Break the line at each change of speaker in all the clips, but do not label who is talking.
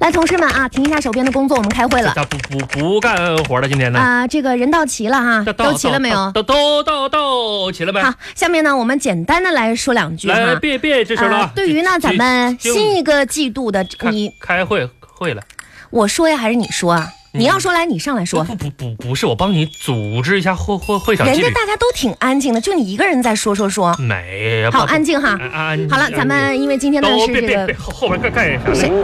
来，同事们啊，停一下手边的工作，我们开 会了
咋不不不干活了？今天呢？
啊、这个人到齐了哈，
这
都齐了没有？
都都都都齐了呗？
好，下面呢，我们简单的来说两句
来，
哈。
别别吱声了
呃
啊。，
对于呢，
这
咱们
这
新一个季度的
开
你，
开会会了，
我说呀，还是你说啊？
嗯
你要说来，你上来说。
不不不不是，我帮你组织一下会会会场
人
纪
家
律。
大家都挺安静的，就你一个人在说说说。
没，
好，
不
安静哈。
安安。哎
好了，咱们因为今天呢
嗯都
是
别
这
别别，
个，
后后边干干啥
谁
呢？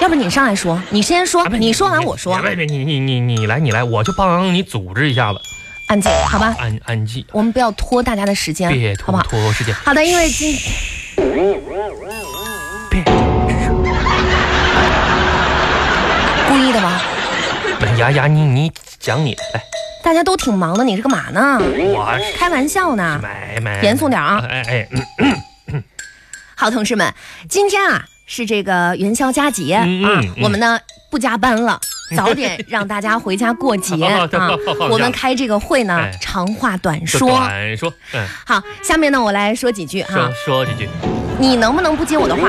要不你上来说，你先说
啊，不
你说完我说，
别别你你你你来你来，我就帮你组织一下子，
安静，好吧？
安安静，
我们不要拖大家的时间
别，
好
拖
不好？
拖拖时间。
好的，因为今
别，
故意的吧，
牙牙你你讲你的来，
大家都挺忙的，你是干嘛呢？
我是
开玩笑呢。
买买，
严肃点啊
哎哎，嗯
好，同事们，今天啊是这个元宵佳节、
嗯
啊
嗯，
我们呢不加班 了。早点让大家回家过节
好
啊
好好好好！
我们开这个会呢
哎，
长话短
就
说。
短说，嗯，
好，下面呢，我来说几句哈
说。说几句。
你能不能不接我的话？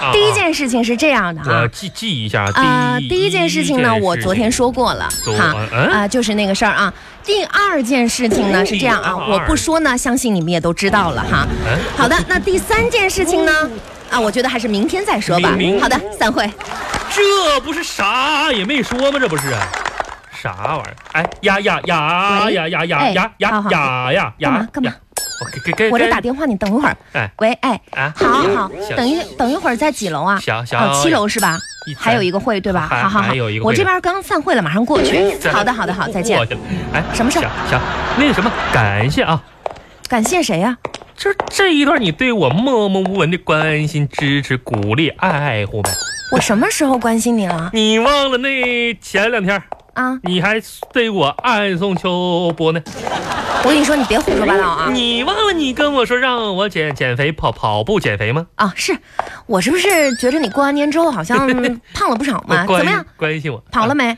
啊
第一，
啊
件事情是这样的
我
啊，
记记一下。
呃，第一件事情呢，我昨天说过了
昨
哈，
嗯
啊，就是那个事儿啊。第二件事情呢是这样啊，
第二
我不说呢，相信你们也都知道了哈。
嗯
好的，那第三件事情呢，啊，我觉得还是明天再说吧
明明。
好的，散会。
这不是啥也没说吗？这不是啥玩意儿？哎呀呀呀呀呀呀呀呀呀呀呀！我给给给，
我这打电话，你等一会儿。
哎
喂，哎，
啊，
好好
行，
等一等一会儿在几楼啊？
小小
哦，七楼是吧？还有一个会对吧？
还
好好好
还有一，个会嗯
我这边刚散会了，马上过去。好的，好的，好，再见。。
哎，行行，那个什么，感谢啊。
感谢谁啊呀、
这这一段你对我默默无闻的关心、支持、鼓励、爱护呗？
我什么时候关心你了
你忘了那前两天
啊？
你还对我暗送秋波呢？
我跟你说，你别胡说八道啊！
你忘了你跟我说让我减减肥跑跑步减肥吗？
啊，是我是不是觉着你过完年之后好 像胖了不少嘛？
关
啊怎么样，
关心我
跑了
啊
没？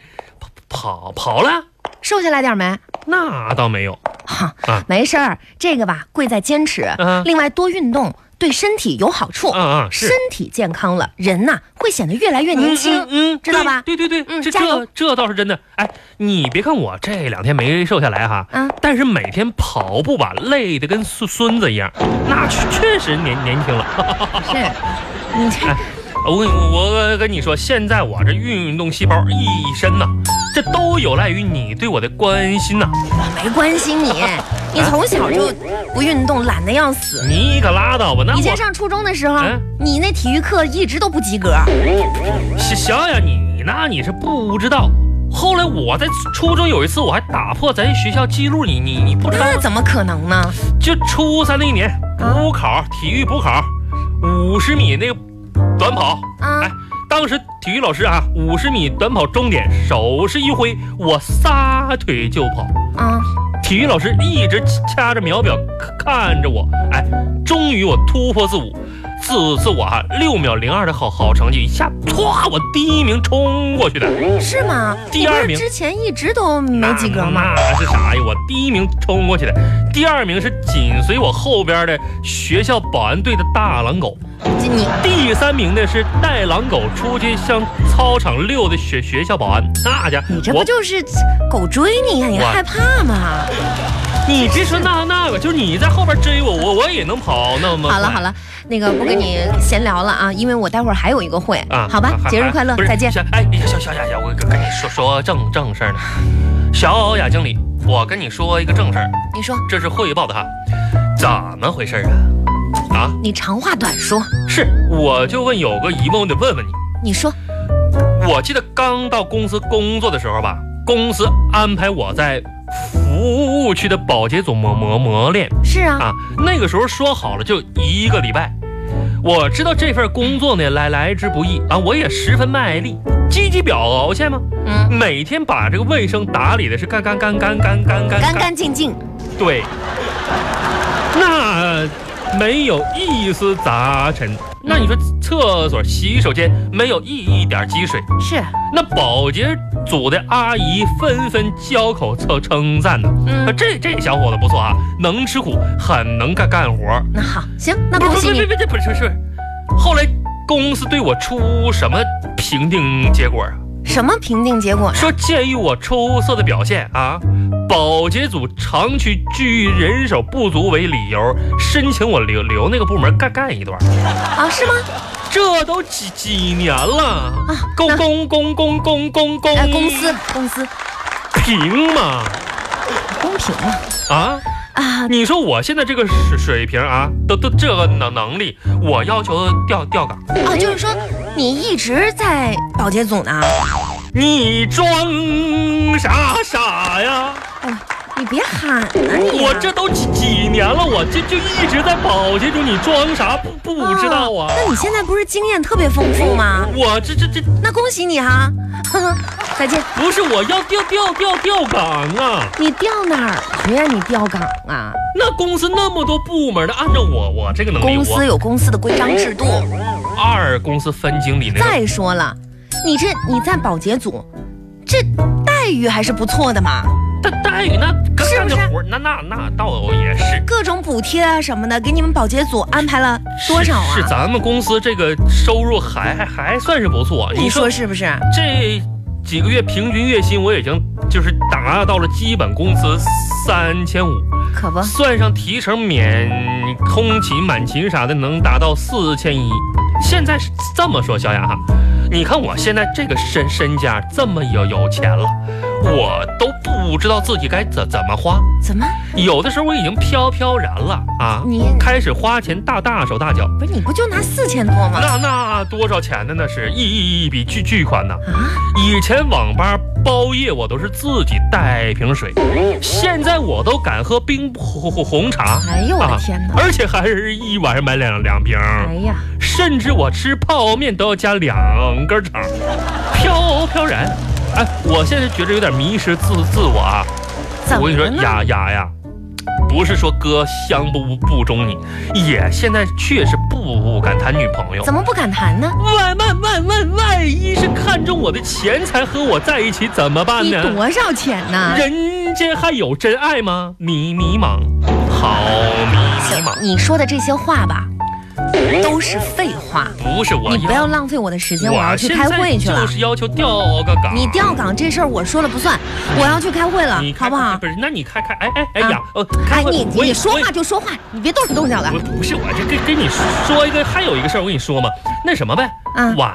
跑跑了？
瘦下来点没？
那倒没有。
哈
啊，
没事儿，这个吧，贵在坚持
嗯。
另外，多运动对身体有好处。
嗯嗯，
身
是
体健康了，人呐会显得越来越年
嗯
轻。
嗯，嗯
知道吧
对对对，
嗯
这
加油
这这倒是真的。哎，你别看我这两天没瘦下来哈，
嗯
但是每天跑步吧，累得跟孙孙子一样，那确确实年年轻了。嗯
是，你
哎
这
我跟我跟你说，现在我这运动细胞一身呐、这都有赖于你对我的关心呐、
没关心你，你从小就不运动，懒得要死。
你可拉倒吧，那
以前
嗯我
上初中的时候
嗯，
你那体育课一直都不及格。
想想想你，那你是不知道。后来我在初中有一次，我还打破咱学校记录，你你你不知道
那
吗？
怎么可能呢？
就初三那一年，
啊
补考体育补考，五十米那个短跑，
啊
哎，当时体育老师啊，五十米短跑终点，手势一挥，我撒腿就跑。
啊，
体育老师一直掐着秒表看着我，哎，终于我突破自我，自自我啊六秒零二的好好成绩，一下唰我第一名冲过去的，
是吗？
第二
你
名
不是之前一直都没及格吗？
那那是啥呀？我第一名冲过去的，第二名是紧随我后边的学校保安队的大狼狗，
这你
第三名呢是带狼狗出去向操场溜的学学校保安，那家伙
你这
我
不就是狗追你呀？你
我
害怕吗？
你别说那那个，就是你在后边追我，我我也能跑那么
好了
快
好了，那个不跟你闲聊了啊，因为我待会儿还有一个会
啊，
好吧
还，
节日快乐，
不是
再见。
小哎，小小雅雅，我跟跟你说说正正事儿呢。小雅经理，我跟你说一个正事儿，
你说，
这是汇报的哈。怎么回事儿啊？啊，
你长话短说，
是，我就问有个疑问，我得问问你。
你说
我记得刚到公司工作的时候吧，公司安排我在服务区的保洁组磨磨磨练
是啊，
啊。那个时候说好了就一个礼拜。我知道这份工作呢来来之不易啊，我也十分卖力，积极表现嘛。
嗯，
每天把这个卫生打理的是干干干干干干干
干干净净，
对，那没有一丝杂尘。那你说厕所、洗手间没有一点积水，
是，
那保洁组的阿姨纷纷交口称称赞呢。
嗯，
这这小伙子不错啊，能吃苦，很能干干活。
那好，行，那
不
恭
不
喜
不
你
不，这不是不是。后来公司对我出什么评定结果啊？
什么评定结果呢？
说鉴于我出色的表现啊，保洁组长期居于人手不足为理由，申请我留留那个部门干干一段。
啊，是吗？啊
这都几几年了，公
那
公公公公公公
哎，公司公司
平嘛
公平嘛
啊！
啊，
你说我现在这个水水平啊，都都这个能能力，我要求调调岗。
哦，就是说你一直在保洁组呢？
你装啥傻呀？
哎呀，你别喊啊你啊！
我这都几几年了，我这就一直在保洁中，你装啥不不知道啊？
那你现在不是经验特别丰富吗？
我这这这
那恭喜你哈， 呵呵再见。
不是我要调调调调岗啊！
你调哪儿去呀？你调岗啊？
那公司那么多部门的，按照我我这个能力，
公
我
司有公司的规章制度。
哎二公司分经理那个
再说了，你这你在保洁组，这待遇还是不错的嘛，
待待遇那干
是
干
不
的
是
活儿，那那那倒也是。
各种补贴啊什么的，给你们保洁组安排了多少啊？
是是咱们公司这个收入还还还算是不错。
你
你说
说是不是？
这几个月平均月薪我已经就是达到了基本工资三千五，
可不，
算上提成、免空勤、满勤啥的，能达到四千一。现在是这么说，小雅哈，你看我现在这个身身家这么有有钱了，我都不知道自己该怎怎么花。
怎么
有的时候我已经飘飘然了啊，
你
开始花钱大大手大脚。
不是你不就拿四千多吗？
那那多少钱呢？那是一一一笔巨巨款呢。
啊，
以前网吧包夜我都是自己带一瓶水，现在我都敢喝冰红红茶。
哎呦我的天哪！
啊而且还是一晚上买两两瓶，
哎呀，
甚至我吃泡面都要加两根肠，飘飘然。哎，我现在觉着有点迷失自自我啊！
怎
我
么
跟你说
了，呢？
雅雅呀，不是说哥相不不中你，也现在确实不敢谈女朋友。
怎么不敢谈呢？
万万万万万一是看中我的钱才和我在一起，怎么办
你啊
呢？
多少钱呢？
人间还有真爱吗？迷迷茫，好迷迷茫。
你说的这些话吧，都是废话。
不是我
你不要
要，
浪费我的时间，我要
哎我
去
现
开会
在
去了
就。是要求调个岗。
你调岗这事儿我说了不算，我要去开会了
哎你，
好
开
不好
不？是，那你开开，哎哎哎
啊
呀，呃，
哎
开，会
你
我
你
也
说
我也
话就说话，你别动手动脚的
我。不是我这跟跟你说一个，还有一个事儿，我跟你说嘛，那什么呗，
嗯
晚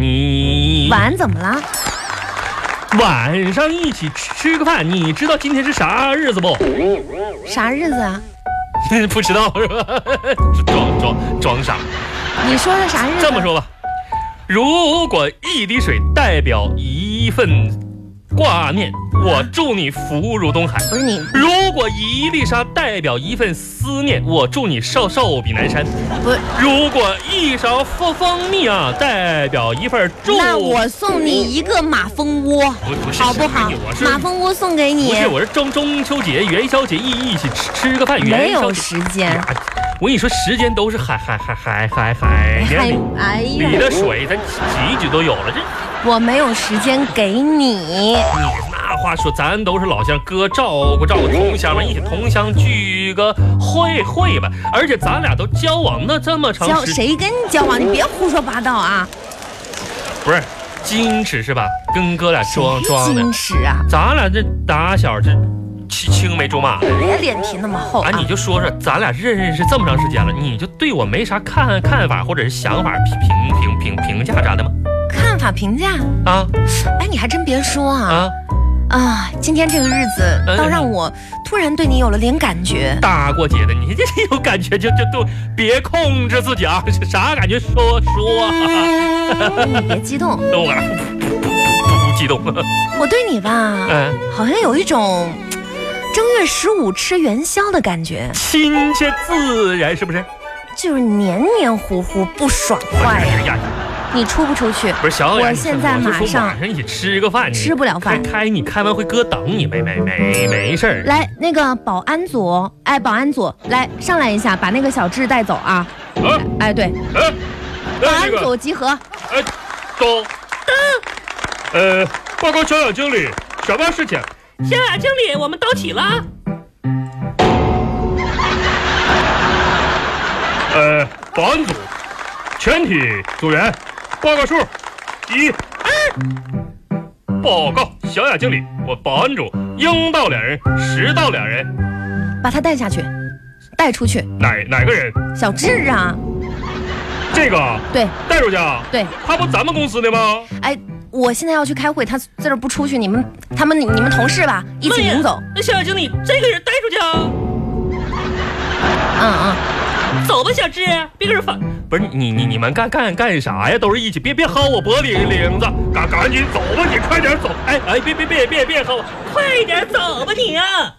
你
碗怎么了？
晚上一起吃吃个饭，你知道今天是啥日子不？
啥日子啊？
不知道是吧？ 装装装傻。
你说的啥日子？
这么，说吧，如果一滴水代表一份挂念，我祝你福如东海；
不是你，
如果一粒沙代表一份思念，我祝你寿寿比南山；
不是，
如果一勺蜂蜂蜜啊代表一份祝，
那我送你一个马蜂窝，
不不是
好不好
是我？是
马蜂窝送给
不
你，
是我是中中秋节、元宵节一一起吃吃个饭，
没
元宵
有
节。
时间。
哎我跟你说，时间都是海海海海海海
还
绵里
哎
里
呀，哎
的水，咱挤一挤都有了这。
我没有时间给你。
你那话说，咱都是老乡，哥照顾照顾同乡们，一起同乡聚个会会吧。而且咱俩都交往那这么长
交
时间，
谁跟你交往？你别胡说八道啊！
不是矜持是吧？跟哥俩装装的
矜，持啊！
咱俩这打小这青青梅竹马的。
别脸皮那么厚
啊，
啊！
你就说说，咱俩认识这么长时间了，你就对我没啥看看法或者是想法评评评评评价啥的吗？
看法评价，
啊
哎，你还真别说啊
啊，
啊！今天这个日子
嗯
倒让我突然对你有了点感 觉。
大过节的，你这有感觉就就都别控制自己啊，啥感觉说说、啊。
你别激动，
我啊 不不不不激动，
我对你吧，
嗯，
好像有一种正月十五吃元宵的感觉，
亲切自然是不是？
就是黏黏糊糊不爽快呀。
呀，
你出不出去？
不是小雅，
我
你
现在
我就
马
说
上
晚上一起吃个饭，你
吃不了
开
饭。
开你开完会哥等你，没没没没事儿。
来，那个保安组，哎，保安组，来上来一下，把那个小智带走啊！
啊
哎，对，
哎，
保
哎
安
那个
组集合。
哎，高，
嗯
呃，报告小雅经理，什么事情？
小雅啊经理，我们到齐了。
呃，保安组全体组员，报告数，一、二。报告，小雅经理，我保安组应到两人，实到两人，
把他带下去，带出去。
哪哪个人？
小智啊，
这个
对
带出去啊？
对，
他不咱们公司的吗？
哎，我现在要去开会，他在这儿不出去，你们他们你们同事吧，一起
哎呀
领走。
那小雅经理，这个人带出去啊！
嗯嗯，
走吧，小智，别搁这烦。
不是你你你们干干干啥呀？都是一起，别别薅我脖领领子，赶赶紧走吧，你快点走！哎哎，别别别别别薅我！
快点走吧你啊！